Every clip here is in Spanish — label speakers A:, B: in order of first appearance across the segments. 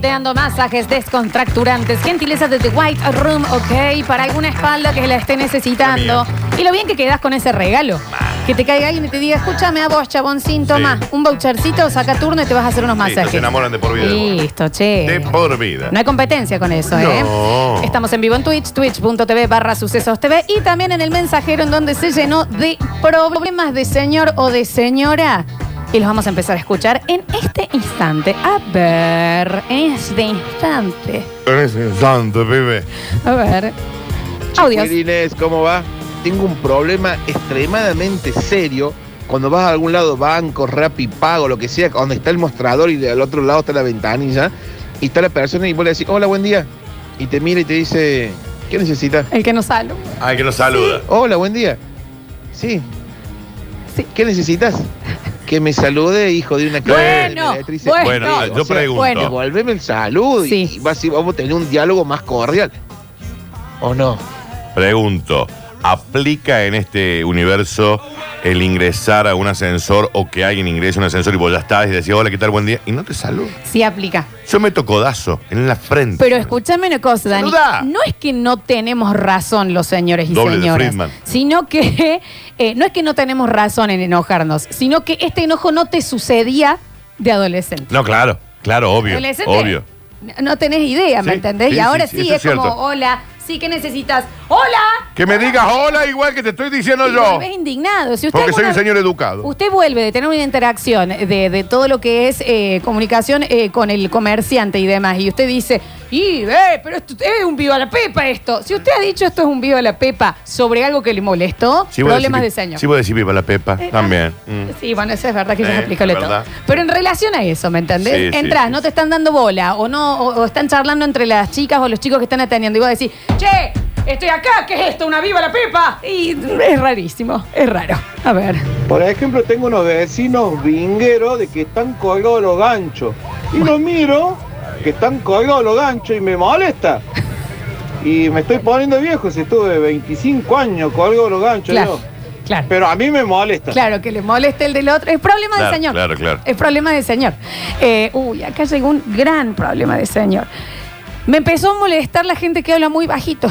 A: te dando masajes descontracturantes. Gentileza desde White Room, ok, para alguna espalda que la esté necesitando. Y lo bien que quedas con ese regalo. Que te caiga alguien y te diga, escúchame a vos, chaboncín, toma
B: Sí.
A: un vouchercito, saca turno y te vas a hacer unos
B: Listo,
A: masajes.
B: se enamoran de por vida.
A: Listo, che.
B: De por vida.
A: No hay competencia con eso,
B: No.
A: ¿eh? Estamos en vivo en Twitch, twitch.tv barra sucesos TV y también en el mensajero en donde se llenó de problemas de señor o de señora. Y los vamos a empezar a escuchar en este instante. A ver, en este instante.
B: Eres un santo, pibe.
A: A ver. Audios.
C: Inés, ¿cómo va? Tengo un problema extremadamente serio. Cuando vas a algún lado, banco, Rappi, pago, lo que sea, donde está el mostrador y del otro lado está la ventanilla, y está la persona y vos le decís, hola, buen día. Y te mira y te dice, ¿qué necesitas?
A: El que nos salva.
B: Ay, que nos saluda.
C: Hola, buen día. Sí.
A: Sí.
C: ¿Qué necesitas? Que me salude, hijo de una
A: Bueno,
C: electriz.
A: bueno.
B: Bueno, yo
C: o sea,
B: pregunto.
A: bueno.
C: Devolveme el saludo y-
A: Sí.
C: y vas y vamos a tener un diálogo más cordial. ¿O no?
B: Pregunto, ¿aplica en este universo el ingresar a un ascensor o que alguien ingrese a un ascensor y vos ya estás y decís, hola, ¿qué tal? Buen día. Y no te saluda.
A: Sí aplica.
B: Yo me codazo en la frente.
A: Pero escúchame una cosa, Dani.
B: Saludá.
A: No es que no tenemos razón los señores y
B: Doble de
A: señoras,
B: Friedman.
A: sino que eh, no es que no tenemos razón en enojarnos, sino que este enojo no te sucedía de adolescente.
B: No, claro, claro, obvio.
A: Adolescente,
B: Obvio.
A: no- No tenés idea, ¿me
B: Sí,
A: entendés?
B: sí,
A: y ahora
B: sí,
A: sí,
B: sí, eso
A: es
B: es cierto.
A: como, hola, sí que necesitas, hola.
B: Que me digas hola igual que te estoy diciendo
A: Y
B: yo.
A: volvés indignado. Si usted
B: Porque soy
A: alguna
B: un
A: vez-
B: señor educado.
A: Usted vuelve de tener una interacción de, de todo lo que es eh, comunicación eh, con el comerciante y demás, y usted dice, y eh, pero esto es un viva la pepa esto. Si usted ha dicho esto es un viva la pepa sobre algo que le molestó,
B: Sí, voy a
A: problemas de
B: decir-
A: señor.
B: Sí, voy a decir viva la Pepa
A: Eh,
B: también.
A: ah,
B: Mm.
A: Sí, bueno, eso es verdad que yo
B: Eh,
A: ya explico
B: es
A: todo.
B: verdad.
A: Pero en relación a eso, ¿me entendés?
B: Sí, sí,
A: Entrás,
B: sí,
A: no
B: sí.
A: te están dando bola, o no, o, o están charlando entre las chicas o los chicos que están atendiendo, y vos decís, che, estoy acá, ¿qué es esto? ¿Una viva la pepa? Y es rarísimo, es raro. A ver.
D: Por ejemplo, tengo unos vecinos vingueros de que están colgados los ganchos. Y los miro, que están colgados los ganchos y me molesta. Y me estoy poniendo viejo, si estuve 25 años colgado los ganchos.
A: Claro,
D: yo.
A: claro.
D: Pero a mí me molesta.
A: Claro, que le moleste el del otro. Es problema
B: Claro,
A: del señor.
B: claro, claro.
A: Es problema del señor. Eh, uy, acá llegó un gran problema del señor. Me empezó a molestar la gente que habla muy bajito.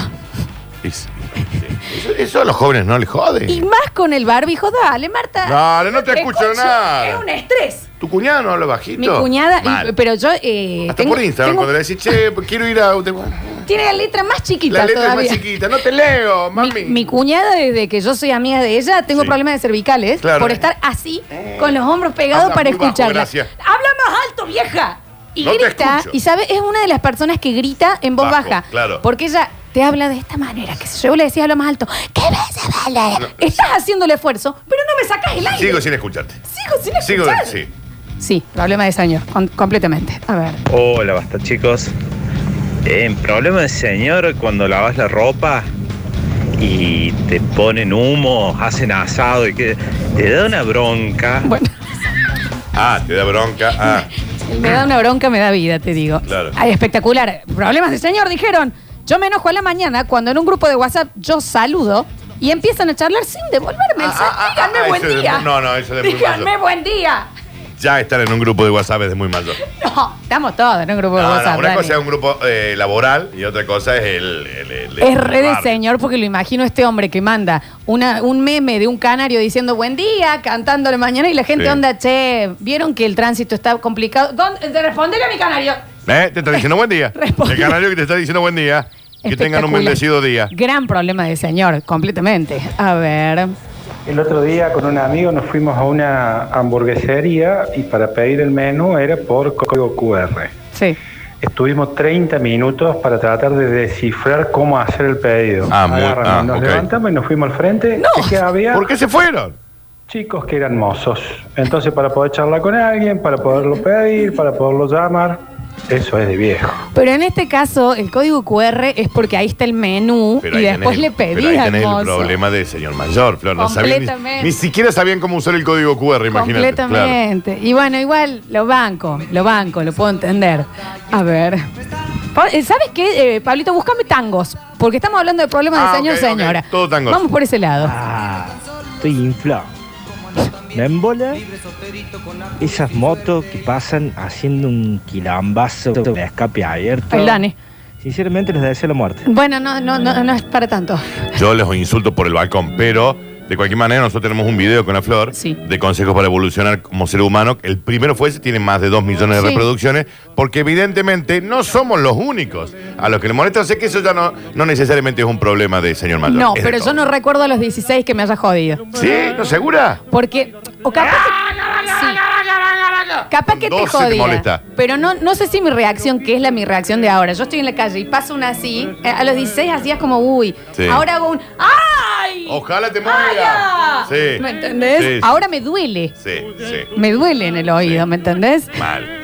B: Y sí, sí. Eso, eso a los jóvenes no les jode.
A: Y más con el barbijo. Dale, Marta.
B: Dale, no te escucho nada.
A: Es un estrés.
B: ¿Tu cuñado no habla bajito?
A: Mi cuñada, y-
B: Mal.
A: pero yo. eh,
B: Hasta
A: tengo-
B: por Instagram,
A: tengo-
B: cuando le decís, che, pues, quiero ir a... La
A: Tiene la letra más chiquita
B: letra
A: todavía.
B: es más chiquita, no te leo,
A: Mi,
B: mami.
A: mi cuñada, desde que yo soy amiga de ella, tengo
B: Sí.
A: problemas de cervicales
B: Claro. Eh.
A: por estar así, con los hombros pegados
B: Habla
A: para
B: muy bajo,
A: escucharla.
B: gracias.
A: Habla más alto, vieja. Y
B: No te
A: grita,
B: escucho.
A: y sabe, es una de las personas que grita en voz
B: Bajo,
A: baja.
B: claro.
A: Porque ella te habla de esta manera, que yo Vos le decía, habla más alto. ¿Qué ves, habla?
B: No.
A: Estás haciendo el esfuerzo, pero no me sacas el aire.
B: Sigo sin escucharte.
A: Sigo sin
B: Sigo,
A: escuchar.
B: sí.
A: Sí, problema de señor, con- completamente. A ver.
E: Hola, basta chicos. En problema de señor, cuando lavas la ropa y te ponen humo, hacen asado y que te da una bronca.
A: Bueno.
B: Ah, te da bronca. Ah,
A: Me da una bronca, me da vida, te digo.
B: Claro.
A: Ay, espectacular. Problemas de señor, dijeron. Yo me enojo a la mañana cuando en un grupo de WhatsApp yo saludo y empiezan a charlar sin devolverme. el
B: Ah, ah, ah,
A: saludo. Díganme
B: ah,
A: buen
B: eso es de-
A: día.
B: no, no, eso es de muy
A: Díganme
B: mayor.
A: buen día.
B: ya estar en un grupo de WhatsApp es de muy mayor.
A: No, estamos todos en un grupo
B: No,
A: de
B: no,
A: WhatsApp.
B: una
A: Dani.
B: cosa es un grupo eh, laboral y otra cosa es el... el- el- el
A: Es re de
B: barrio.
A: señor porque lo imagino este hombre que manda una, un meme de un canario diciendo buen día, cantando la mañana y la gente
B: Sí.
A: onda, che, vieron que el tránsito está complicado. ¿Dónde? Respondele a mi canario.
B: ¿Eh? Te está diciendo buen día.
A: Responde.
B: El canario que te está diciendo buen día. Que tengan un
A: Espectacular.
B: bendecido día.
A: Gran problema de señor, completamente. A ver.
F: El otro día con un amigo nos fuimos a una hamburguesería y para pedir el menú era por código QR.
A: Sí.
F: Estuvimos 30 minutos para tratar de descifrar cómo hacer el pedido.
B: Ah, muy-
F: Agarran,
B: ah,
F: nos
B: ok.
F: levantamos y nos fuimos al frente.
A: No.
F: que había
B: ¿Por qué se fueron?
F: chicos que eran mozos. Entonces para poder charlar con alguien, para poderlo pedir, para poderlo llamar, eso es de viejo.
A: Pero en este caso, el código QR es porque ahí está el menú
B: Pero
A: y
B: ahí
A: después
B: tenés
A: le
B: el- Pero ahí
A: pedías
B: tenés
A: mozo.
B: el problema del señor mayor, Flor. No sabían,
A: Completamente.
B: ni, ni siquiera sabían cómo usar el código QR, imagínate. claro.
A: Completamente. Y bueno, igual lo banco, lo banco, lo puedo entender. A ver. Pa- eh, ¿Sabes qué, eh, Pablito? Búscame tangos, porque estamos hablando de problemas
B: Ah,
A: de señor,
B: ok, ok.
A: señora.
B: Todo tangos.
A: Vamos por ese lado.
G: Ah, estoy inflado.
E: Ah, Me embola esas motos que pasan haciendo un quilombazo de escape abierto.
A: Ay, Dani.
E: Sinceramente les deseo la muerte.
A: Bueno, no, no, no, no es para tanto.
B: Yo los insulto por el balcón, pero de cualquier manera nosotros tenemos un video con la flor
A: Sí.
B: de consejos para evolucionar como ser humano. El primero fue ese, tiene más de 2 millones de
A: Sí.
B: reproducciones, porque evidentemente no somos los únicos a los que le molesta. Sé que eso ya no, no necesariamente es un problema de señor mayor.
A: No,
B: es de
A: pero yo
B: todos.
A: no recuerdo a los 16 que me haya jodido.
B: ¿Sí? ¿No segura?
A: Porque, o capaz que, Sí. Capaz que te
B: 12 te
A: jodía,
B: molesta.
A: pero no, no sé si mi reacción, que es la mi reacción de ahora. Yo estoy en la calle y pasa una así, eh, a los 16 hacías como, uy,
B: Sí.
A: ahora hago un, ¡ay!
B: Ojalá te
A: ¡Ay,
B: muera.
A: ah!
B: Sí.
A: ¿Me entendés?
B: Sí, sí.
A: Ahora me duele,
B: Sí, sí.
A: me duele en el oído, ¿me entendés?
B: Mal.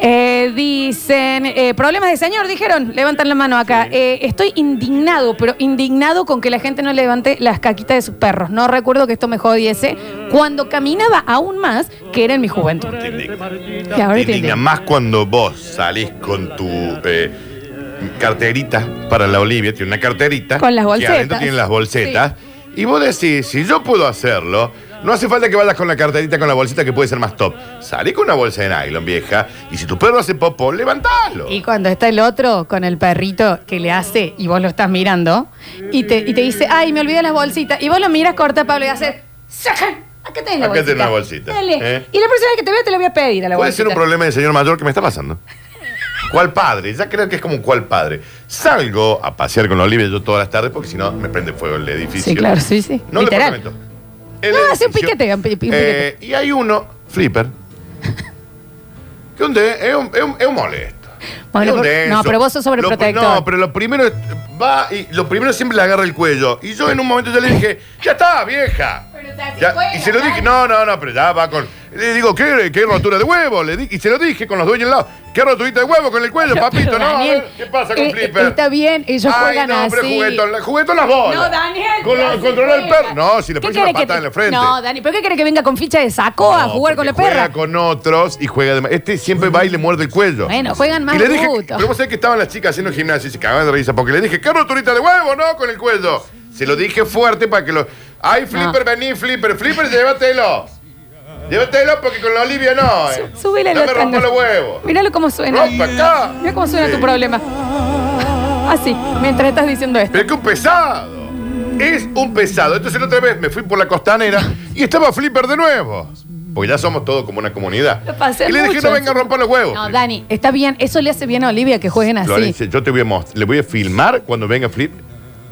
A: Eh, dicen, eh, problemas de señor, dijeron, levantan la mano acá. Eh, estoy indignado, pero indignado con que la gente no levante las caquitas de sus perros. No recuerdo que esto me jodiese cuando caminaba aún más, que era en mi juventud.
B: Te indigna.
A: Y ahora
B: Te
A: te
B: indigna
A: indigna.
B: más cuando vos salís con tu eh, carterita para la Olivia. Tiene una carterita.
A: Con las bolsetas.
B: Que adentro tiene las bolsetas. Y vos decís, si yo puedo hacerlo, no hace falta que vayas con la carterita, con la bolsita, que puede ser más top. Salí con una bolsa de nylon, vieja. Y si tu perro hace popo, levantalo.
A: Y cuando está el otro con el perrito que le hace y vos lo estás mirando y te, y te dice, ay, me olvidé las bolsitas. Y vos lo miras, corta Pablo y haces, sacan, acá tenés la
B: Acá
A: bolsita.
B: tenés la bolsita.
A: Dale.
B: ¿Eh?
A: Y la próxima vez que te vea te la voy a pedir a la
B: Puede
A: bolsita.
B: ser un problema del señor mayor que me está pasando. ¿Cuál padre? Ya creo que es como cuál padre. Salgo a pasear con la Olivia yo todas las tardes porque si no me prende fuego el edificio.
A: Sí, claro, sí, sí.
B: No le
A: Literal.
B: prometo. El
A: No, hace un
B: edificio.
A: piquete, un pi- pi- un
B: Eh, y hay uno, Flipper. ¿Qué onda? Es un, es un- es un este. molesto.
A: Bueno,
B: Es un
A: pero-
B: denso.
A: no, pero vos sos sobreprotector.
B: Lo- No, pero lo primero es- va y lo primero siempre le agarra el cuello. Y yo en un momento ya le dije, ya está, vieja.
A: Pero te hace
B: Ya,
A: cuello,
B: y se lo dije, no, no, no, pero ya va con. Le digo, ¿qué, qué rotura de huevo? Le di- y se lo dije con los dueños al lado. ¿Qué roturita de huevo con el cuello,
A: Pero,
B: Este papito?
A: pero,
B: no, a
A: Daniel,
B: ver, ¿qué pasa con
A: eh,
B: Flipper?
A: está bien, ellos
B: Ay,
A: juegan
B: no, pero
A: así.
B: juguetón, la- juguetón las bolas.
A: No, Daniel.
B: Con la-
A: te
B: controlar el
A: hace
B: perro.
A: cuello.
B: No, si le
A: ¿Qué
B: pones una
A: querés que
B: patada
A: te-
B: en la frente.
A: No, Dani, ¿pero qué quiere que venga con ficha de saco a
B: No,
A: jugar con la
B: porque
A: perra?
B: Juega con otros y juega de ma- Este siempre va y le muerde el cuello.
A: Bueno, juegan más
B: y le dije,
A: brutos.
B: Pero vos sabés que estaban las chicas haciendo gimnasia y se cagaban de risa porque le dije, ¿qué roturita de huevo, no? Con el cuello. Se lo dije fuerte para que lo. ¡Ay, Flipper, vení, Flipper! ¡Flipper, llévatelo! Llévatelo porque con la Olivia no. eh.
A: Súbele
B: no
A: al
B: me
A: otro.
B: rompa los huevos.
A: Míralo cómo suena.
B: Rompa acá.
A: Mira cómo suena
B: Sí.
A: tu problema. Así, mientras estás diciendo esto.
B: Pero que un pesado. Es un pesado. Entonces la otra vez me fui por la costanera y estaba Flipper de nuevo. Porque ya somos todos como una comunidad.
A: Lo pasé
B: y le dije,
A: mucho.
B: no venga a romper los huevos.
A: No, Dani, está bien. Eso le hace bien a Olivia que jueguen así.
B: Florencia, yo te voy a mostrar, le voy a filmar cuando venga Flip.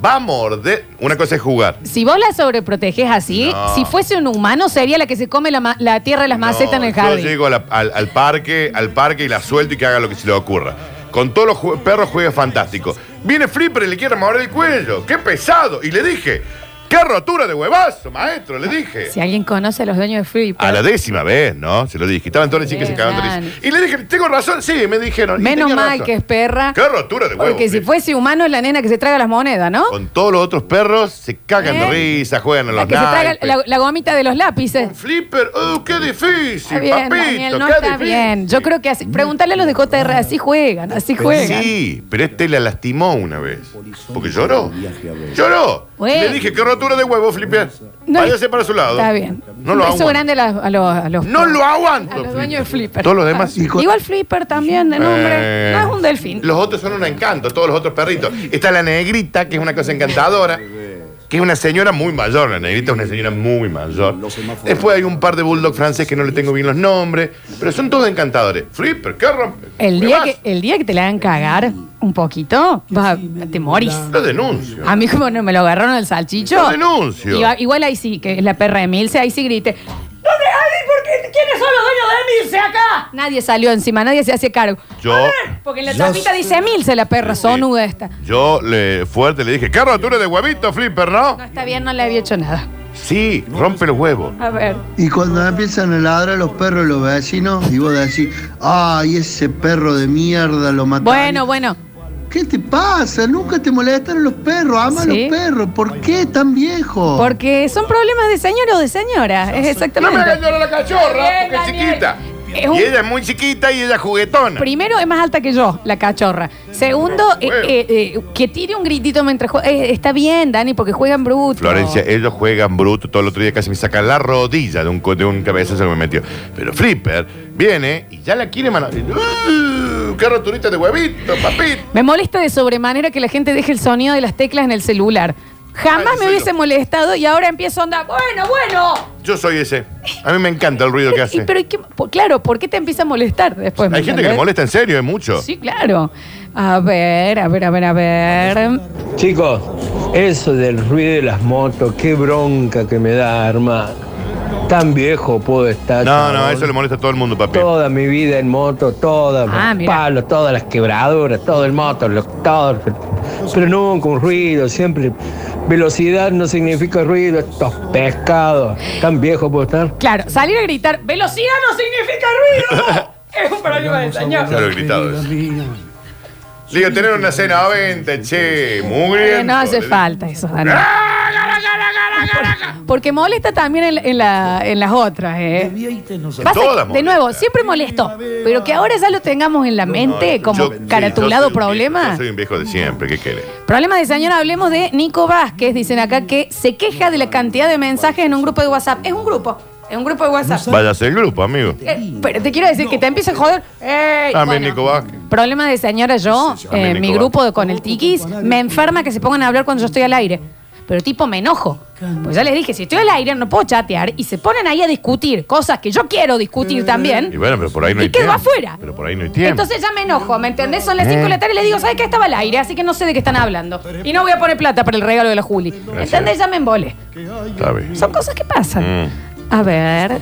B: Va a morder. Una cosa es jugar.
A: Si vos la sobreproteges así,
B: No.
A: si fuese un humano, sería la que se come la, ma- la tierra de las macetas en el
B: No,
A: jardín.
B: Yo llego a la- al, al parque, al parque y la suelto y que haga lo que se le ocurra. Con todos los jue- perros juega fantástico. Viene Flipper y le quiere morder el cuello. ¡Qué pesado! Y le dije, ¡qué rotura de huevazo, maestro! Le dije.
A: Si alguien conoce a los dueños de Flipper.
B: A la décima vez, ¿no? Se lo dije. Estaban todas las chicas
A: Bien,
B: se cagaban de risa.
A: Dani.
B: Y le dije, tengo razón, sí, me dijeron. Y
A: Menos
B: tenía
A: mal
B: razón.
A: que es perra.
B: Qué rotura de huevo.
A: Porque si
B: Flip.
A: fuese humano es la nena que se traga las monedas, ¿no?
B: Con todos los otros perros se cagan de
A: ¿Eh?
B: risa, juegan a los
A: La que se traga
B: naipes.
A: la, la gomita de los lápices.
B: Un flipper, oh, qué difícil,
A: Está bien,
B: papito,
A: Daniel, no
B: qué
A: está
B: difícil. Ah.
A: bien. Yo creo que así. Preguntarle a los de JR, así juegan, así juegan.
B: Sí, pero este la lastimó una vez. Porque lloró. Lloró.
A: Bueno.
B: Le dije, qué rotura de huevo, flipper.
A: No,
B: Váyase para su lado.
A: Está bien.
B: No
A: Un
B: lo
A: beso
B: aguanto.
A: grande a, las- a los, a los-
B: No lo aguanto.
A: a los dueños de Flipper. Ah,
B: Todos los demás sí.
A: Igual Flipper también, de nombre.
B: Eh,
A: No es un delfín.
B: Los otros son un encanto, todos los otros perritos. Está la negrita, que es una cosa encantadora. Que es una señora muy mayor, la negrita es una señora muy mayor. Después hay un par de bulldog francés que no le tengo bien los nombres, pero son todos encantadores. Flipper, ¿qué rompe?
A: El día, que,
B: huevas.
A: el día que te la hagan cagar un poquito, vas a- te morís.
B: Lo denuncio.
A: A mí como no me lo agarraron el salchicho.
B: Lo denuncio.
A: Iba- igual ahí sí, que es la perra de Milce, ahí sí grité. ¡No me hagan porque quiénes son los dueños de Milce acá! Nadie salió encima, nadie se hace cargo.
B: Yo-
A: A ver, porque en la tapita dice Milce la perra, sonuda esta.
B: Yo le, fuerte le dije, ¿qué rotura de huevito, Flipper, no?
A: No está bien, no le había hecho nada.
B: Sí, rompe los huevos.
A: A ver.
G: Y cuando empiezan a ladrar los perros los vecinos, y vos decís, ay, ese perro de mierda lo mató.
A: Bueno, bueno.
G: ¿Qué te pasa? Nunca te molestaron los perros, ama a
A: Sí.
G: los perros. ¿Por qué tan viejo?
A: Porque son problemas de señor o de señora. Es
B: No me hagas
A: exactamente.
B: llorar la cachorra,
A: Bien,
B: porque es
A: Daniel.
B: chiquita.
A: Es un-
B: Y ella es muy chiquita y ella es juguetona.
A: Primero, es más alta que yo, la cachorra. Segundo, eh,
B: bueno.
A: eh, eh, que tire un gritito mientras juega. Eh, está bien, Dani, porque juegan bruto.
B: Florencia, ellos juegan bruto. Todo el otro día casi me sacan la rodilla de un, co- de un cabezazo que me metió. Pero Flipper viene y ya la quiere mano. ¡Uh! ¡Qué roturita de huevito, papito!
A: Me molesta de sobremanera que la gente deje el sonido de las teclas en el celular. Jamás
B: Ay,
A: me
B: sí,
A: hubiese
B: lo-
A: molestado y ahora empiezo a andar. Bueno, bueno.
B: Yo soy ese. A mí me encanta el ruido que
A: Y,
B: hace.
A: pero, ¿y qué- por- claro, ¿por qué te empieza a molestar después?
B: Hay
A: ¿me
B: gente que le
A: entendés?
B: molesta en serio, es mucho.
A: Sí, claro. A ver, a ver, a ver, a ver.
H: Chicos, eso del ruido de las motos, qué bronca que me da, hermano. Tan viejo puedo estar.
B: No, no,
H: chabón.
B: eso le molesta a todo el mundo, papi.
H: Toda mi vida en moto, todas,
A: Ah,
H: los
A: mira.
H: palos, todas las quebraduras, todo el moto, los, todo. Pero nunca un ruido, siempre. Velocidad no significa ruido, estos pescados. Tan viejo puedo estar.
A: Claro, salir a gritar, velocidad no significa ruido. es un problema del señor.
B: Ya lo he gritado. eso. Digo, tener una cena a 20, che, muy
A: Eh,
B: bien.
A: no hace falta eso, Dani.
B: ¡Ah,
A: Porque molesta también en, en la- en las otras, ¿eh? Pasa que,
B: todas
A: de
B: molestan.
A: nuevo, siempre molesto, pero que ahora ya lo tengamos en la mente ¿eh? como caratulado problema.
B: Yo soy un viejo de siempre, ¿qué querés?
A: Problema de señora, hablemos de Nico Vázquez, dicen acá que se queja de la cantidad de mensajes en un grupo de WhatsApp. Es un grupo, es un grupo de WhatsApp.
B: Váyase el grupo, amigo.
A: Eh, pero te quiero decir que te empieza a joder. ¡Ey!
B: También Nico Vázquez.
A: Problema de señora, yo,
B: Sí, sí, también
A: eh,
B: Nico
A: mi
B: Vázquez.
A: grupo de- con el tiquis, me enferma que se pongan a hablar cuando yo estoy al aire. Pero tipo, me enojo. Pues ya les dije, si estoy al aire no puedo chatear y se ponen ahí a discutir cosas que yo quiero discutir también.
B: Y bueno, pero por ahí no
A: Y
B: hay
A: quedo
B: tiempo.
A: afuera.
B: Pero por ahí no hay tiempo.
A: Entonces ya me enojo, ¿me entendés? Son las 5 de la tarde y le digo, ¿sabes qué? Estaba al aire, así que no sé de qué están hablando. Y no voy a poner plata para el regalo de la Juli. ¿Entendés? Ya me embole.
B: Está bien.
A: Son cosas que pasan.
B: Mm.
A: A ver.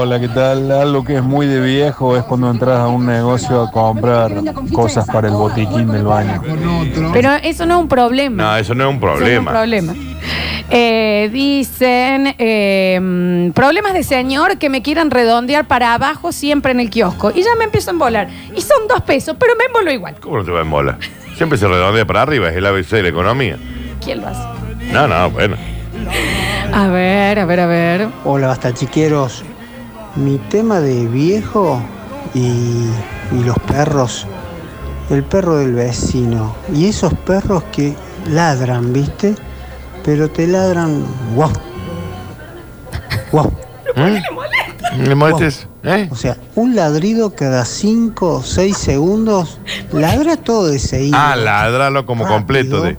I: Hola, ¿qué tal? Algo que es muy de viejo es cuando entras a un negocio a comprar cosas para el botiquín del baño.
A: Pero eso no es un problema.
B: No, eso no es un
A: Eso no
B: problema.
A: es un problema. Eh, dicen, eh, mm, problemas de señor que me quieran redondear para abajo siempre en el kiosco. Y ya me empiezo a embolar. Y son dos pesos, pero me embolo igual.
B: ¿Cómo no te va en bola? Siempre se redondea para arriba, es el ABC de la economía.
A: ¿Quién lo hace?
B: No, no, bueno.
A: A ver, a ver, a ver.
J: Hola, hasta chiqueros. Mi tema de viejo y, y los perros. El perro del vecino. Y esos perros que ladran, ¿viste? Pero te ladran. ¡Wow! ¡Wow!
B: ¿Le molestes? ¿Eh?
J: O sea, un ladrido cada 5 o 6 segundos ladra todo ese hilo.
B: Ah, ladralo como
J: rápido.
B: completo. De...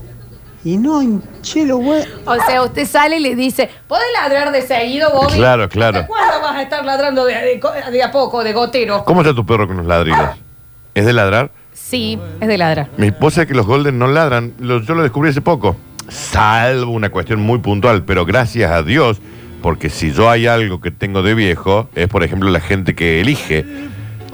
J: Y no, chelo, güey.
A: O sea, usted sale y le dice, ¿podés ladrar de seguido, Bobby?
B: Claro, claro.
A: ¿Hasta cuándo vas a estar ladrando de, de co- de a poco, de gotero?
B: ¿Cómo está tu perro con los ladridos? ¿Es de ladrar?
A: Sí, es de ladrar.
B: Mi esposa es que los Golden no ladran. Lo- yo lo descubrí hace poco. Salvo una cuestión muy puntual, pero gracias a Dios, porque si yo hay algo que tengo de viejo, es por ejemplo la gente que elige,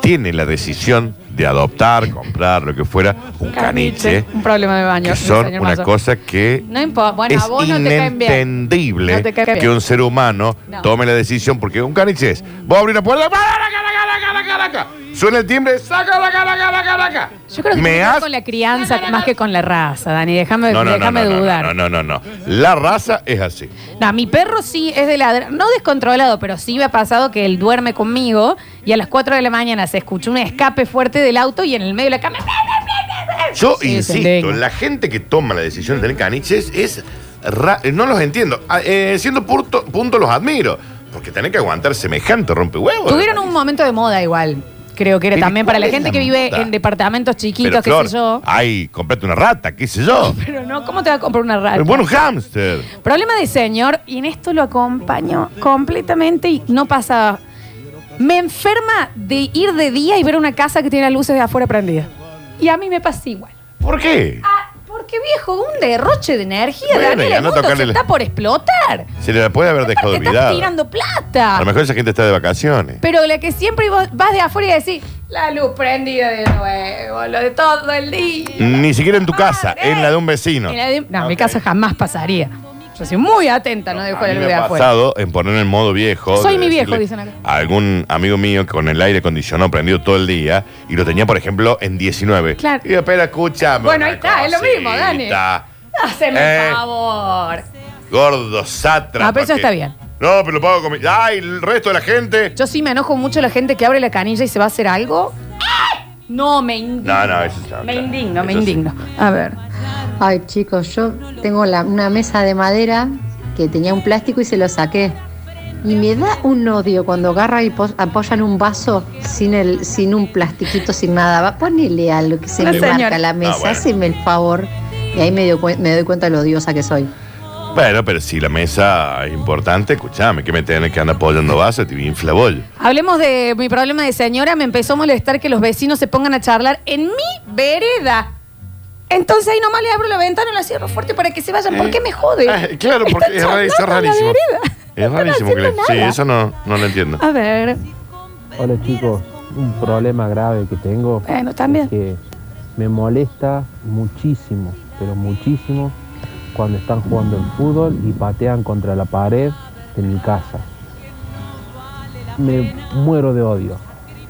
B: tiene la decisión de adoptar, comprar, lo que fuera, un caniche,
A: Un problema de baño.
B: que
A: del
B: son
A: señor
B: una
A: Mayor.
B: cosa que
A: No importa. Bueno, a vos
B: es
A: no te caen bien.
B: inentendible
A: No te caen bien.
B: que un ser humano
A: No.
B: tome la decisión, porque un caniche es, voy a abrir la puerta, suena el timbre, saca la cara, cara, cara, cara.
A: Yo creo que
B: Me
A: tiene que ver
B: has-
A: con la crianza más que con la raza, Dani. Déjame,
B: No, no, no,
A: déjame
B: no, no,
A: dudar. No,
B: No, no, no, no. La raza es así.
A: mi perro sí es de ladrar, no descontrolado, pero sí me ha pasado que él duerme conmigo y a las 4 de la mañana se escucha un escape fuerte del auto y en el medio de la cama.
B: Yo
A: Sí, se
B: insisto,
A: indigna.
B: la gente que toma la decisión de tener caniches es. ra- no los entiendo. Ah, eh, siendo punto, punto, los admiro. Porque tener que aguantar semejante rompehuevos.
A: Tuvieron un momento de moda igual. Creo que era
B: Pero
A: también para
B: ¿cuál
A: la
B: es
A: gente
B: la
A: que vive
B: moda?
A: en departamentos chiquitos,
B: Pero,
A: qué
B: Flor,
A: sé yo.
B: Ay, comprate una rata, qué sé yo.
A: Pero no, ¿cómo te va a comprar una rata?
B: Pero bueno, un hámster.
A: Problema de señor, y en esto lo acompaño completamente y no pasa. Me enferma de ir de día y ver una casa que tiene las luces de afuera prendidas. Y a mí me pasa igual.
B: ¿Por qué?
A: Ah, porque viejo, un derroche de energía,
B: Bueno,
A: Daniel,
B: y a
A: el
B: no
A: mundo se
B: tocarle la-
A: está por explotar.
B: Se le puede haber dejado
A: Aparte, estás
B: olvidada.
A: tirando plata.
B: A lo mejor esa gente está de vacaciones.
A: Pero la que siempre vos vas de afuera y decís, la luz prendida de nuevo, lo de todo el día.
B: Ni siquiera en tu casa,
A: Madre.
B: en la de un vecino.
A: ah, eh, En la de- No, en mi casa jamás pasaría. Yo soy muy atenta, no, dejo
B: A
A: la
B: mí
A: luz
B: me
A: de
B: ha
A: afuera.
B: pasado en poner el modo viejo.
A: Soy
B: de
A: mi viejo,
B: decirle
A: dicen acá.
B: a algún amigo mío que con el aire acondicionado prendido todo el día y lo tenía, por ejemplo, en 19.
A: Claro.
B: Y yo, pero escúchame.
A: Bueno,
B: una
A: ahí está, es lo mismo,
B: cosita.
A: Dani. Haceme
B: Eh.
A: el favor.
B: Gordo, sátrapa.
A: Ah, pero eso
B: que-
A: está bien.
B: No, pero lo pago con mi. ¡Ay, el resto de la gente!
A: Yo sí me enojo mucho la gente que abre la canilla y se va a hacer algo. ¡Ah! No, me indigno.
B: No, no, eso es.
A: Me indigno, me indigno. A ver.
K: Ay, chicos, yo tengo la- una mesa de madera que tenía un plástico y se lo saqué. Y me da un odio cuando agarra y po- apoyan un vaso sin el, sin un plastiquito, sin nada. Va, ponele algo que se
A: No,
K: le
A: señor.
K: marca la mesa,
B: Ah, bueno.
K: haceme el favor. Y ahí me, dio cuen- me doy cuenta de lo odiosa que soy.
B: Bueno, pero si la mesa es importante, escuchame, que me tenés que andar apoyando vasos, te infla bollo.
A: Hablemos de mi problema de señora. Me empezó a molestar que los vecinos se pongan a charlar en mi vereda. Entonces ahí nomás le abro la ventana y la cierro fuerte para que se vayan. ¿Por qué me jode?
B: Ah, claro, porque
A: Están
B: es, ra- es
A: charlando en la
B: rarísimo.
A: vereda.
B: Es rarísimo que le-
A: haciendo
B: Sí,
A: nada.
B: eso no, no lo entiendo.
A: A ver,
L: Hola chicos, un problema grave que tengo
A: bueno, también.
L: es que me molesta muchísimo, pero muchísimo cuando están jugando el fútbol y patean contra la pared de mi casa. Me muero de odio.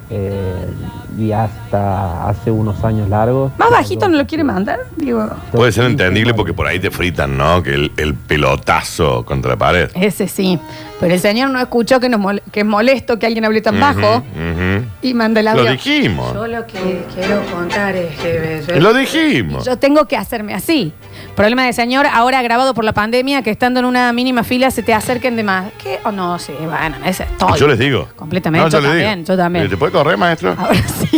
L: Eh, y hasta hace unos años largos.
A: Más bajito no lo quiere mandar, digo.
B: Puede ser entendible porque por ahí te fritan, ¿no? Que el, el pelotazo contra la pared.
A: Ese sí. Pero el señor no escuchó que, nos mol- que es molesto que alguien hable tan bajo
B: Ujú, ujú.
A: y manda el audio.
B: Lo dijimos.
A: Yo lo que quiero contar es que.
B: Lo dijimos.
A: Yo tengo que hacerme así. Problema de señor, ahora agravado por la pandemia, que estando en una mínima fila se te acerquen de más. ¿Qué? O no, sí, bueno, ese es todo.
B: Yo les digo.
A: Completamente, yo
B: les digo.
A: también, yo también.
B: ¿Te puede correr, maestro?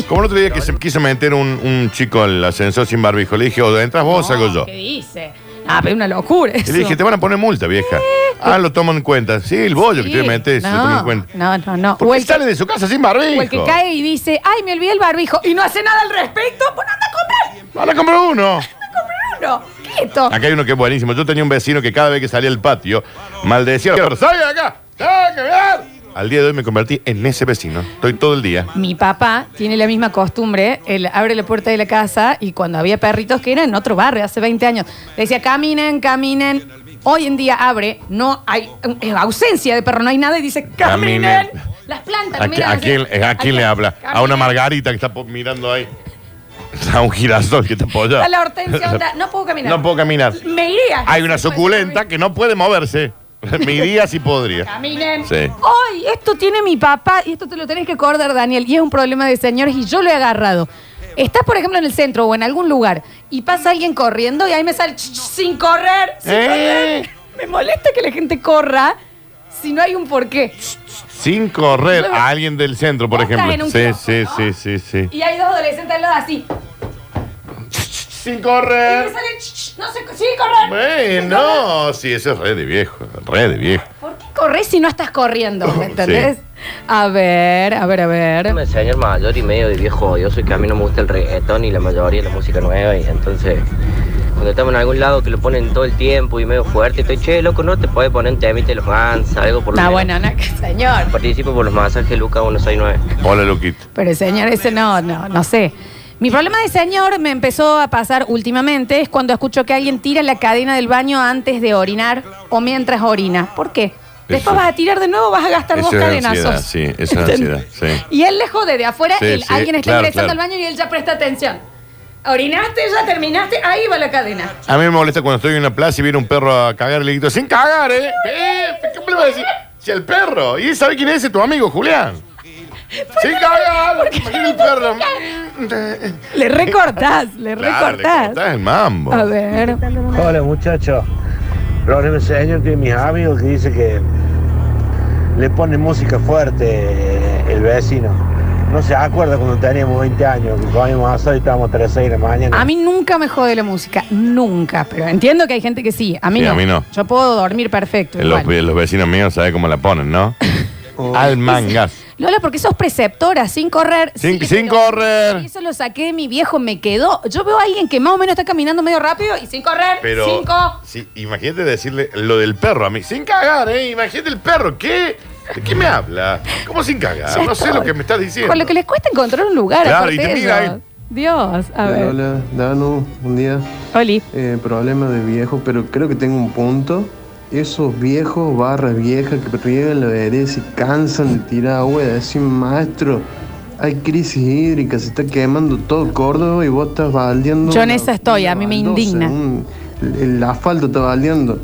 B: Como el otro día que se quiso meter un, un chico al ascensor sin barbijo, le dije, o entras vos, salgo yo.
A: ¿Qué dice? Ah, pero una locura
B: Y
A: eso.
B: le dije, te van a poner multa, vieja. Ah, lo tomo en cuenta. Sí, el bollo que te metes, lo tomo en cuenta.
A: No, no, no.
B: ¿Por qué sale de su casa sin barbijo?
A: O el que cae y dice, ay, me olvidé el barbijo y no hace nada al respecto, pues anda a comprar
B: Van a comprar uno.
A: uno. Quieto.
B: Acá hay uno que es buenísimo. Yo tenía un vecino que cada vez que salía al patio, maldecía. "Sal de acá! ¡Sal de acá!". Al día de hoy me convertí en ese vecino. Estoy todo el día.
A: Mi papá tiene la misma costumbre, él abre la puerta de la casa y cuando había perritos que eran en otro barrio hace 20 años, le decía, caminen, caminen. Hoy en día abre, no hay es ausencia de perro, no hay nada y dice, caminen.
B: Caminen.
A: Las plantas,
B: ¿A,
A: lo miran
B: qui- a
A: así.
B: quién, eh, a quién le habla? A una margarita que está po- mirando ahí. A un girasol que está apoyado.
A: A la hortensia, onda, pues, no puedo caminar.
B: No puedo caminar.
A: Me iría.
B: Hay una suculenta que no puede moverse. Me iría si podría.
A: Caminen.
B: Sí.
A: Hoy, esto tiene mi papá y esto te lo tenés que acordar, Daniel, y es un problema de señores y yo lo he agarrado. Estás, por ejemplo, en el centro o en algún lugar y pasa alguien corriendo y ahí me sale "Ch, ch, sin correr, sin
B: ¿Eh?
A: correr". Me molesta que la gente corra si no hay un porqué.
B: Sin correr a alguien del centro, por
A: Vos estás en
B: ejemplo.
A: un
B: Sí,
A: kiosco,
B: sí,
A: ¿no?
B: sí, sí, sí.
A: Y hay dos adolescentes al lado así.
B: Sin
A: Y me
B: correr.
A: sale "Ch, ch, no sé, sí, correr.
B: Eh. Bueno, sí, eso es re de viejo. Re de viejo.
A: ¿Por qué corres si no estás corriendo? ¿Me entendés? A ver, a ver, a ver.
M: El señor mayor y medio de viejo odioso es que a mí no me gusta el reggaetón y la mayoría de la música nueva y entonces cuando estamos en algún lado que lo ponen todo el tiempo y medio fuerte estoy che loco no te puedes poner un temita de los Guns algo por lo menos".
A: Está Ah, bueno, no, que señor.
M: participo por los masajes Luca 169
B: hola Luquita
A: Ah, Pero señor, ese no, no, no sé. Mi problema de señor me empezó a pasar últimamente es cuando escucho que alguien tira la cadena del baño antes de orinar o mientras orina. ¿Por qué? Después
B: Eso-
A: vas a tirar de nuevo, vas a gastar dos
B: Eso es ansiedad,
A: cadenazos.
B: sí. Eso es
A: ¿Entendés?
B: ansiedad, sí.
A: Y él lejos de, de afuera,
B: Sí,
A: él-
B: sí,
A: alguien está
B: claro,
A: ingresando
B: claro.
A: al baño y él ya presta atención. Orinaste, ya terminaste, ahí va la cadena.
B: A mí me molesta cuando estoy en una plaza y viene un perro a cagar y le grito, sin cagar, ¿eh? Eh, ¿Qué me va a decir? Si el perro. ¿Y sabe quién es ese? Tu amigo, Julián. Sin cagar. Imagina el perro.
A: Le recortás, le
B: Claro, le
A: recortás.
B: cortás el mambo.
A: A ver.
N: Hola muchachos, problema señor que mis amigos que dice que le pone música fuerte eh, el vecino. No se acuerda cuando teníamos 20 años, que comíamos asado y estábamos 3 6 de la mañana.
A: A mí nunca me jode la música, nunca. Pero entiendo que hay gente que sí, a mí,
B: Sí,
A: no.
B: a mí no.
A: Yo puedo dormir perfecto.
B: Eh, Los,
A: igual.
B: los vecinos míos saben cómo la ponen, ¿no? Al mangas.
A: Lola, porque sos preceptora, sin correr.
B: Sin-
A: sí,
B: sin
A: pero-
B: correr.
A: Eso lo saqué de mi viejo, me quedó. Yo veo a alguien que más o menos está caminando medio rápido y sin correr.
B: Pero, Ah,
A: Cinco.
B: sí, imagínate decirle lo del perro a mí. Sin cagar, ¿eh? Imagínate el perro. ¿Qué? ¿De qué me habla? ¿Cómo sin cagar?
A: Ya
B: No sé
A: estoy.
B: lo que me estás diciendo.
A: Con lo que les cuesta encontrar un lugar.
B: Claro,
A: aparte
B: y te
A: de
B: mira
A: eso.
B: ahí.
A: Dios, a
O: Hola,
A: ver.
O: hola, Danu, buen día.
A: Oli.
O: Eh, problema de viejo, pero creo que tengo un punto. Esos viejos barra vieja que riegan la vereda y se cansan de tirar agua y decir, maestro, hay crisis hídrica, se está quemando todo Córdoba y vos estás baldeando.
A: Yo en
O: una-
A: esa estoy, a mí me indigna.
O: un- el asfalto está baldeando.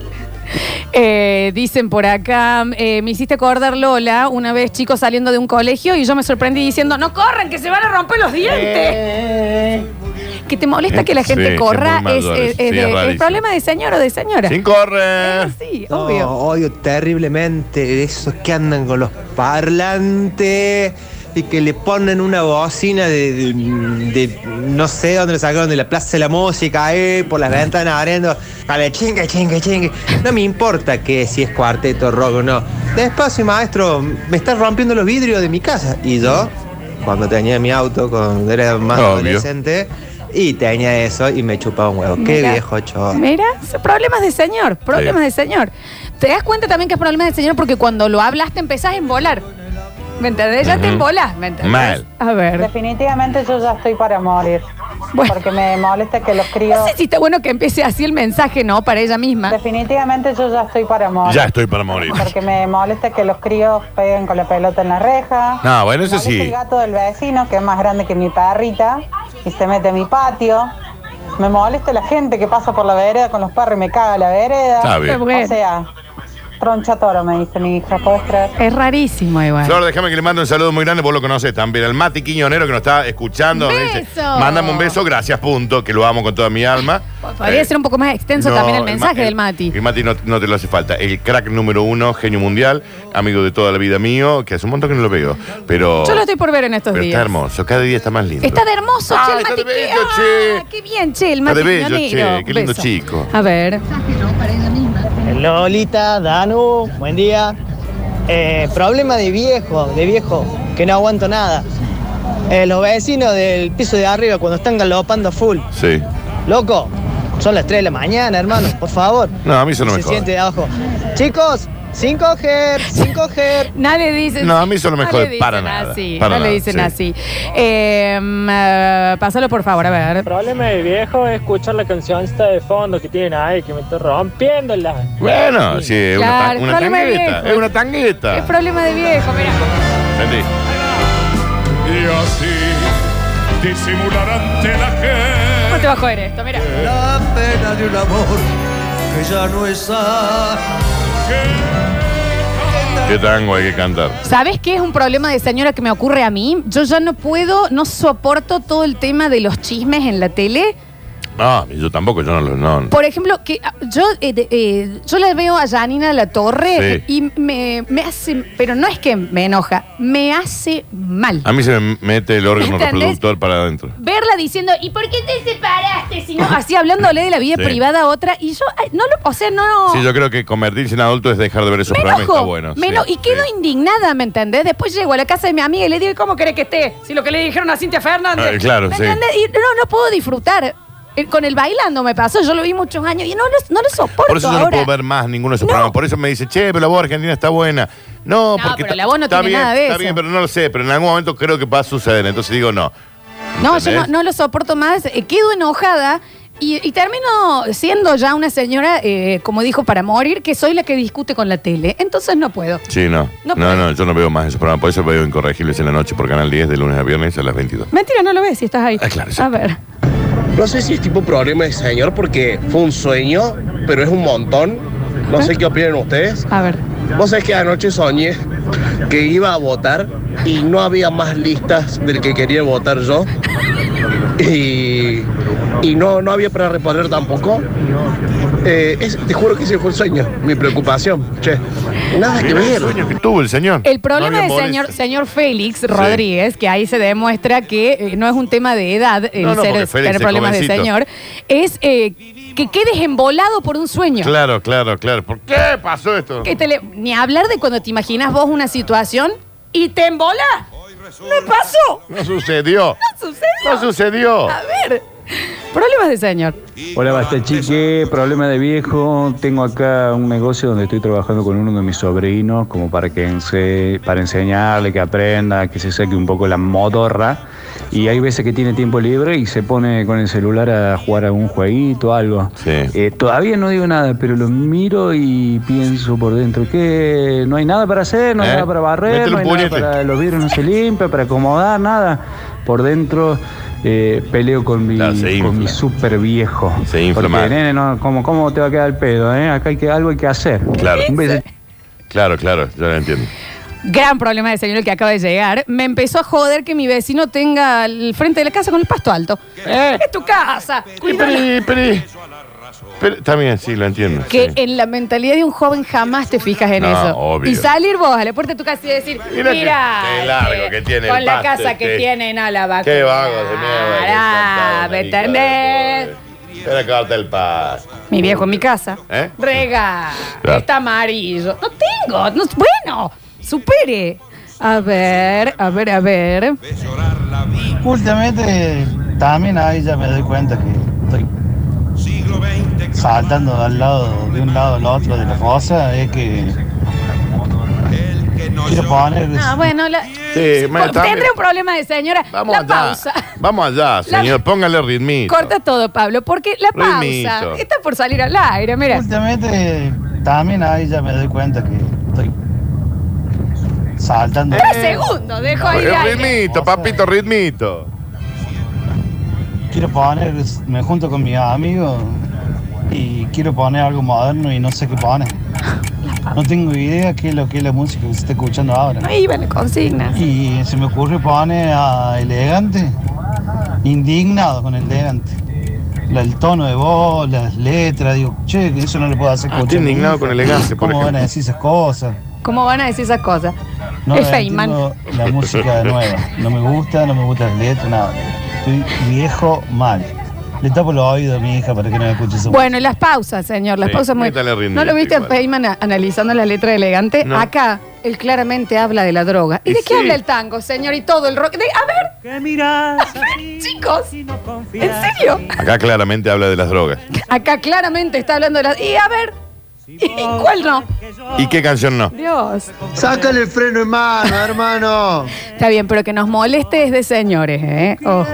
A: Eh, dicen por acá, eh, me hiciste acordar Lola una vez, chicos, saliendo de un colegio y yo me sorprendí diciendo, no corran, que se van a romper los dientes. Que te molesta que la gente
B: Sí,
A: corra
B: es muy
A: es,
B: mayor,
A: es-
B: sí,
A: es de-
B: es
A: el
B: rarísimo.
A: problema de señor o de señora.
B: Sin correr.
A: Sí,
P: No,
A: obvio.
P: odio terriblemente esos que andan con los parlantes y que le ponen una bocina de, de- de- no sé dónde lo sacaron, de la Plaza de la Música, ahí por las ventanas abriendo, vale, chingue, chingue, chingue. No me importa que si es cuarteto, rock o no. Despacio, maestro, me están rompiendo los vidrios de mi casa. Y yo, cuando tenía mi auto, cuando era más
B: Obvio.
P: adolescente, y tenía eso y me chupaba un huevo. Qué
A: Mira.
P: viejo
B: Ah.
P: chorro.
A: Mira, son problemas de señor, problemas de señor. Te das cuenta también que es problema de señor porque cuando lo hablas te empezás a embolar. ¿Me entendés? Ya te
B: Ujú.
A: embolás, ¿me entendés?
B: Mal.
A: A ver.
Q: Definitivamente yo ya estoy para morir. Porque me molesta que los críos.
A: No sé si está bueno que empiece así el mensaje, ¿no? Para ella misma.
Q: Definitivamente yo ya estoy para morir.
B: Ya estoy para morir.
Q: Porque me molesta que los críos peguen con la pelota en la reja.
B: No, bueno, eso
Q: Me molesta
B: sí.
Q: El gato del vecino, que es más grande que mi perrita, y se mete en mi patio. Me molesta la gente que pasa por la vereda con los perros y me caga la vereda.
B: Está bien.
Q: O sea, troncha toro, me dice mi hija, ¿puedes creer?
A: Es rarísimo igual.
B: Flor, déjame que le mando un saludo muy grande, vos lo conoces también. Al Mati Quiñonero que nos está escuchando. me dice,
A: ¡Beso!
B: Mándame un beso, gracias, punto, que lo amo con toda mi alma.
A: Podría
B: Eh,
A: ser un poco más extenso
B: no,
A: también el
B: el ma-
A: mensaje del Mati.
B: El Mati no, no te lo hace falta. El crack número uno, genio mundial, amigo de toda la vida mío, que hace un montón que no lo veo. Pero,
A: Yo lo estoy por ver en estos
B: pero está
A: días.
B: hermoso, cada día está más lindo.
A: Está de hermoso,
B: Ah,
A: che, el
B: está
A: Mati.
B: de bello,
A: qué-
B: che.
A: ah, qué bien, che, el
B: Está
A: Mati.
B: de bello,
A: pionero.
B: che, qué lindo
A: Beso.
B: chico.
A: A ver.
R: Lolita, Danu, buen día. Eh, problema de viejo, de viejo, que no aguanto nada. Eh, los vecinos del piso de arriba cuando están galopando a full.
B: Sí.
R: Loco, son las 3 de la mañana, hermano, por favor.
B: No, a mí eso no
R: se
B: me jode.
R: siente de abajo. Chicos, 5G, 5G.
A: Nadie dice.
B: No, a mí eso no me
A: No
B: jode
A: le dicen
B: para nada.
A: así,
B: para
A: no
B: nada,
A: le dicen
B: sí.
A: así. Eh, mm, eh, pásalo por favor, a ver.
S: problema de viejo es escuchar la canción esta de fondo que tiene ahí, que me está rompiéndola.
B: Bueno, sí, es
A: Claro,
B: una, ta- una
A: problema de
B: tangueta.
A: viejo.
B: Es una tangueta.
A: Es problema de viejo, mira.
B: Entendí.
T: Y así disimular ante la
A: ¿Cómo
T: gente
A: te va a joder esto? Mira.
T: la pena de un amor
G: que ya no está.
B: Qué tango hay que cantar.
A: ¿Sabes qué es un problema de señora que me ocurre a mí? Yo ya no puedo, no soporto todo el tema de los chismes en la tele.
B: No, Ah, yo tampoco, yo no lo. No.
A: Por ejemplo, que ah, yo, eh, de- eh, yo la veo a Janina La Torre
B: Sí.
A: y me, me hace, pero no es que me enoja, me hace mal.
B: A mí se me mete el órgano
A: ¿Entendés?
B: reproductor para adentro.
A: Verla diciendo, ¿y por qué te separaste? Si no, así hablándole de la vida
B: Sí.
A: privada a otra, y yo, ay, no lo, o sea, no.
B: Sí, yo creo que convertirse en adulto es dejar de ver esos
A: me
B: programas.
A: enojo,
B: Está bueno.
A: me
B: sí.
A: eno- y quedo indignada, ¿me entendés? Después llego a la casa de mi amiga y le digo, ¿y cómo querés que esté? Si lo que le dijeron a Cintia Fernández.
B: Ah, claro,
A: ¿Me
B: sí.
A: entendés? Y no, no puedo disfrutar. Eh, Con el bailando me pasó, yo lo vi muchos años y no, lo- no lo soporto
B: Por eso yo
A: ahora.
B: no puedo ver más ninguno de esos programas. Por eso me dice, che, pero la voz argentina está buena. No,
A: No,
B: porque
A: pero
B: está-
A: la voz no
B: está
A: tiene
B: bien,
A: nada de
B: Está
A: eso.
B: bien, pero no lo sé. Pero en algún momento creo que va a suceder. Entonces digo, no.
A: No, yo no,
B: ¿Entendés?
A: no lo soporto más, eh, quedo enojada y, y termino siendo ya una señora, eh, como dijo, para morir, que soy la que discute con la tele. Entonces no puedo.
B: Sí, no.
A: No
B: No, no, yo no veo más esos programas. Por eso veo Incorregibles en la noche por Canal 10 de lunes a viernes a las 22.
A: Mentira, no lo ves si estás ahí.
B: Ah, claro, sí.
A: A ver.
U: No sé si es tipo problema de señor porque fue un sueño, pero es un montón. No sé qué opinan ustedes.
A: A ver.
U: Vos sabés que anoche soñé que iba a votar y no había más listas del que quería votar yo. Y, y no, no había para reponer tampoco. Eh, es- te juro que ese fue el sueño, mi preocupación. Che, nada que
B: Mira el
U: ver.
B: sueño que tuvo el señor.
A: El
B: No
A: problema
B: había
A: del
B: molestia.
A: señor, señor Félix Rodríguez, que ahí se demuestra que eh, no es un tema de edad el
B: No, no,
A: ser,
B: porque Félix
A: tener
B: es
A: problemas de
B: jovencito.
A: señor, es eh, que quedes embolado por un sueño.
B: Claro, claro, claro. ¿Por qué pasó esto?
A: Que te le- ni hablar de cuando te imaginas vos una situación y te embola. Me pasó.
B: No sucedió.
A: No sucedió.
B: No sucedió.
A: A ver. Problemas de señor.
I: Hola, basta chique, problema de viejo. Tengo acá un negocio donde estoy trabajando con uno de mis sobrinos, como para que ense- para enseñarle que aprenda, que se saque un poco la modorra. Y hay veces que tiene tiempo libre y se pone con el celular a jugar a un jueguito, algo. Eh, todavía no digo nada, pero lo miro y pienso por dentro que no hay nada para hacer, no hay
V: ¿Eh?
I: nada para barrer,
V: Métele
I: no
V: un
I: hay nada
V: puñete.
I: para los vidrios no se limpian, para acomodar, nada. Por dentro eh, peleo con mi, con mi super viejo. Se
B: infla mal.
I: nene, no, ¿cómo, ¿cómo te va a quedar el pedo? eh? Acá hay que, algo hay que hacer.
B: Claro.
I: Un beso.
B: Claro, claro, ya lo entiendo.
A: Gran problema de señor el que acaba de llegar. Me empezó a joder que mi vecino tenga el frente de la casa con el pasto alto. Es tu casa. cuídala.
B: Pero también sí, lo entiendo.
A: Que
B: sí.
A: en la mentalidad de un joven jamás te fijas en
B: No,
A: eso.
B: obvio.
A: Y salir vos a la puerta de tu casa y decir, mira,
B: Mira, qué- qué largo que tiene el
A: con la
B: pasto
A: casa que
B: este.
A: tiene en Álava.
B: Qué vago de mierda.
A: Pará, vete a- ve.
B: Espera que corta el paz.
A: Mi viejo en mi casa.
B: ¿Eh?
A: Rega.
B: Claro.
A: Está amarillo. No tengo. no- bueno, supere. A ver, a ver, a ver.
C: Últimamente también ahí ya me doy cuenta que estoy saltando al lado, de un lado al otro de la cosa, es que quiero poner
A: Ah, bueno, la,
B: Sí, ma-
A: po-
B: también-
A: tendré un problema de señora.
B: Vamos
A: la
B: allá.
A: pausa.
B: Vamos allá,
A: La-
B: señor. Póngale ritmito.
A: Corta todo, Pablo, porque la
B: Ritmito.
A: pausa está por salir al aire, mira.
C: Últimamente también ahí ya me doy cuenta que estoy saltando.
A: Tres segundos, dejo ahí de aire.
B: Ritmito, papito, ritmito.
C: Quiero poner, me junto con mis amigos y quiero poner algo moderno y no sé qué poner. No tengo idea qué es lo que es la música que se está escuchando ahora.
A: Ahí van las consignas.
C: Y se me ocurre poner a elegante, indignado con elegante. La- el tono de voz, las letras, digo, che, que eso no le puedo hacer escuchar.
B: Ah, estoy indignado con Elegante, por
C: ¿Cómo van a
B: ejemplo.
C: decir esas cosas?
A: ¿Cómo van a decir esas cosas?
C: No
A: es
C: la
A: Feynman.
C: entiendo la música nueva. No me gusta, no me gusta las letras, nada. Estoy viejo mal. Le tapo los oídos a mi hija para que no me escuche eso.
A: Bueno, y las pausas, señor, las
C: Sí,
A: pausas muy.
C: métale ritmo,
A: ¿No lo viste a
C: igual.
A: Feynman a- analizando la letra de elegante?
C: No.
A: Acá, él claramente habla de la droga. ¿Y,
C: Y
A: de qué
C: sí.
A: habla el tango, señor? Y todo el rock. De- a ver. A ver, chicos. ¿En serio?
B: Acá claramente habla de las drogas.
A: Acá claramente está hablando de la. Y a ver. ¿Y cuál no?
B: ¿Y qué canción no?
A: Dios.
G: Sácale el freno en mano, hermano.
A: Está bien, pero que nos moleste es de señores, ¿eh? Ojo.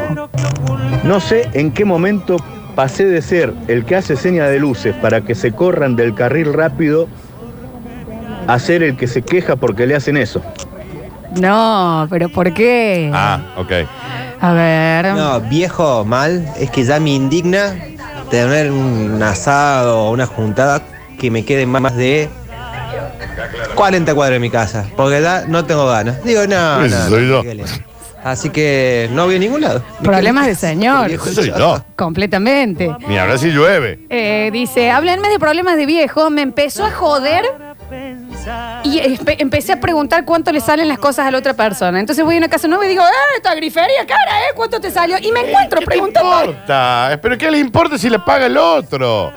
V: No sé en qué momento pasé de ser el que hace señas de luces para que se corran del carril rápido a ser el que se queja porque le hacen eso.
A: No, pero ¿por qué?
B: Ah, ok.
A: A ver.
P: No, viejo mal, es que ya me indigna tener un asado o una juntada que me quede más de 40 cuadros en mi casa, porque ya no tengo ganas. Digo, no,
B: Ese
P: no,
B: soy
P: no,
B: yo.
P: Miguel. Así que no voy a ningún lado. Me
A: Problemas
P: quedé-
A: de señor.
P: Viejo
B: Soy yo.
A: Completamente.
B: Ni ahora si llueve.
A: Eh, dice, háblenme de problemas de viejo, me empezó a joder y espe- empecé a preguntar cuánto le salen las cosas a la otra persona. Entonces voy a una casa nueva y digo, ¡eh, esta grifería cara, eh! ¿Cuánto te salió? Y me encuentro preguntando.
B: Ta- Pero ¿qué le importa si le paga el otro?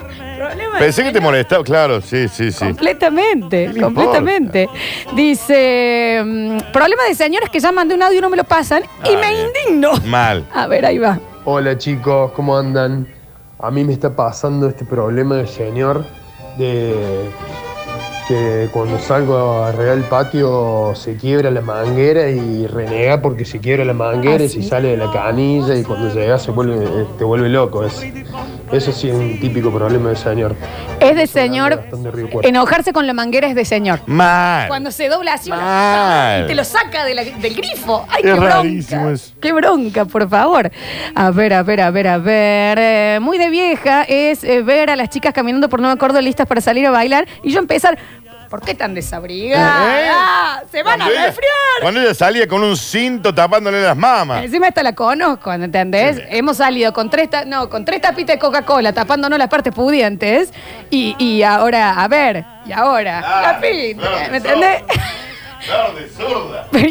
B: Pensé que te molestaba. Claro, sí, sí, sí.
A: Completamente,
B: le
A: completamente. Dice, mm, problema de señores que ya mandé un audio y no me lo pasan y me indigno.
B: Mal.
A: A ver, ahí va.
W: Hola chicos, ¿cómo andan? A mí me está pasando este problema del señor de que cuando salgo a regar el patio se quiebra la manguera y renega porque se quiebra la manguera
X: Ah,
W: y
X: sí.
W: se sale de la canilla y cuando llegas se vuelve, eh, te vuelve loco. Es- eso sí es un típico problema del señor.
A: Es de señor,
W: Bastante Río Cuarto.
A: enojarse con la manguera es de señor.
B: Mal.
A: Cuando se dobla así una-
W: Mal.
A: y te lo saca de la- del grifo. ¡Ay,
B: Es
A: qué
B: rarísimo
A: bronca!
B: eso.
A: ¡Qué bronca, por favor! A ver, a ver, a ver, a ver. Eh, muy de vieja es eh, ver a las chicas caminando por Nueva Córdoba listas para salir a bailar y yo empezar. ¿Por qué tan
B: Eh,
A: desabrigada? ¡Se van a
B: Cuando ella-
A: resfriar!
B: Cuando ella salía con un cinto tapándole las mamas.
A: Encima esta la conozco, ¿entendés? Hemos salido con tres, ta- no, con tres tapitas de Coca-Cola tapándonos las partes pudientes y, y ahora, a ver, y ahora,
B: Ah,
A: la pinta, ¿me entendés?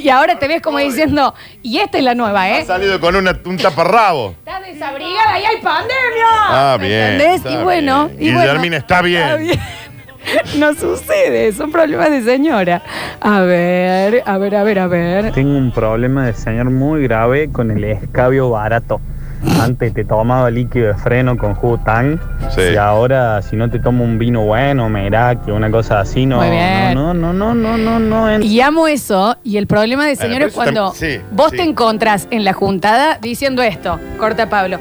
A: Y ahora te ves como diciendo, y esta es la nueva, ¿eh?
B: Ha salido con una, un taparrabo.
A: Está desabrigada y hay pandemia.
B: Ah, bien.
A: ¿Entendés?
B: está
A: Y bueno,
B: bien.
A: y bueno.
B: Guillermina, está
A: Está
B: bien.
A: bien. No sucede, son problemas de señora. A ver, a ver, a ver, a ver.
X: Tengo un problema de señor muy grave con el escabio barato. Antes te tomaba líquido de freno con jugo tan. Y ahora, si no te tomo un vino bueno, que una cosa así, no.
A: Muy bien.
X: No, no, no, no, no, no. en-
A: Y amo eso. Y el problema de
X: Bueno,
A: señor
X: pero
A: es
X: eso tam-
A: cuando
X: sí,
A: vos
X: sí.
A: te encontrás en la juntada diciendo esto. Corta Pablo.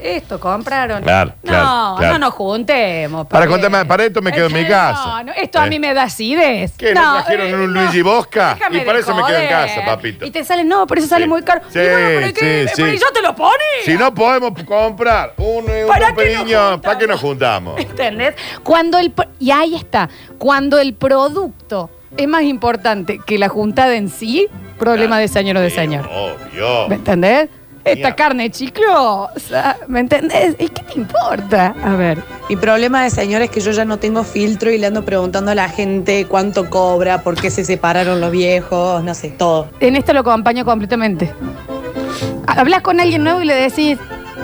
A: Esto compraron.
B: Claro,
A: no,
B: claro, claro.
A: no nos juntemos.
B: Para
A: Pablito.
B: contarme, para esto me quedo en mi casa.
A: No, no, esto a
B: ¿Eh?
A: mí me da acidez.
B: ¿Qué? ¿No trajeron un Luigi Bosca?
A: déjame
B: Y para
A: de
B: eso me quedo en
A: joder.
B: casa, papito.
A: Y te sale, no, pero eso sale muy caro.
B: Sí,
A: Y bueno, pero ¿y qué?
B: sí,
A: Pero
B: sí.
A: ¿y yo te lo ponía.
B: Si no podemos comprar un,
A: ¿Para
B: un
A: qué nos
B: Periñón, ¿para qué nos juntamos?
A: ¿Entendés? Cuando el pro- y ahí está, cuando el producto es más importante que la juntada en sí, problema de señor o de señor.
B: Obvio.
A: ¿Me entendés? Esta carne chiclosa, ¿me entendés? ¿Y qué te importa? A ver.
D: Mi problema de señora es que yo ya no tengo filtro y le ando preguntando a la gente cuánto cobra, por qué se separaron los viejos, no sé, todo.
A: En esto lo acompaño completamente. Hablas con alguien nuevo y le decís,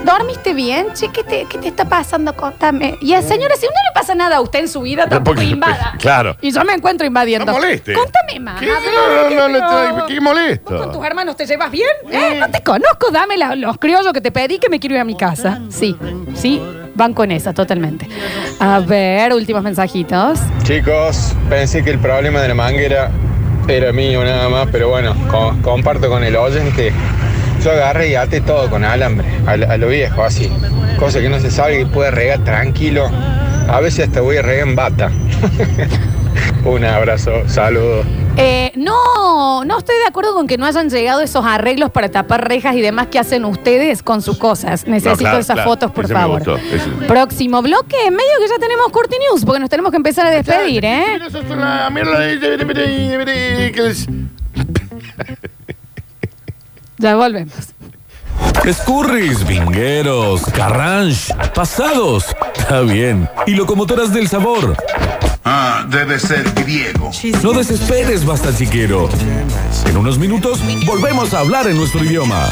A: ¿dormiste bien? Che, ¿qué te, qué te está pasando? Contame. Y a señora, si no le pasa nada a usted en su vida, tampoco invada.
B: Claro.
A: Y yo me encuentro invadiendo.
B: No moleste.
A: Contame más.
B: ¿Qué?
A: a ver,
B: No,
A: ¿qué
B: no, no,
A: pasó?
B: no, te- ¿Qué molesto?
A: ¿Con tus hermanos te llevas bien? Eh, no te conozco, dame la- los criollos que te pedí que me quiero ir a mi casa. Sí, sí, van con esa, totalmente. A ver, últimos mensajitos.
E: Chicos, pensé que el problema de la manguera era mío nada más, pero bueno, co- comparto con el oyente. Yo agarré y até todo con alambre, a, lo- a lo viejo, así. Cosa que no se sabe y puede regar tranquilo. A veces hasta voy a regar en bata. Un abrazo, saludos.
A: Eh, no, no estoy de acuerdo con que no hayan llegado esos arreglos para tapar rejas y demás que hacen ustedes con sus cosas. Necesito
B: No, claro,
A: esas
B: claro.
A: fotos, por
B: Ese me
A: favor.
B: gustó, ese.
A: Próximo bloque, medio que ya tenemos Curti News, porque nos tenemos que empezar a despedir, ¿eh?
B: Ah, mira lo de- de- de- de- de- de- que es-
A: Ya volvemos.
F: Escurris, vingueros, carranche, pasados. Está bien. Y locomotoras del sabor. Ah, debe ser griego. No desesperes, basta chiquero. En unos minutos volvemos a hablar en nuestro idioma.